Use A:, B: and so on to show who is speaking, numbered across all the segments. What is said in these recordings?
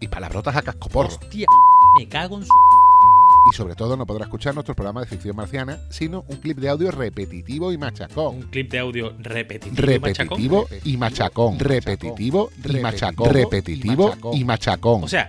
A: y palabrotas a cascoporro.
B: Hostia, me cago en su.
A: Y sobre todo no podrá escuchar nuestro programa de ficción marciana, sino un clip de audio repetitivo y machacón.
B: Un clip de audio repetitivo. machacón.
A: Repetitivo y machacón. Repetitivo y machacón. Repetitivo y machacón.
B: O sea,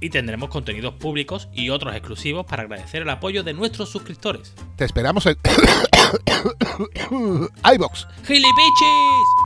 B: Y tendremos contenidos públicos y otros exclusivos para agradecer el apoyo de nuestros suscriptores.
A: Te esperamos en iVox.
B: ¡Gilipichis!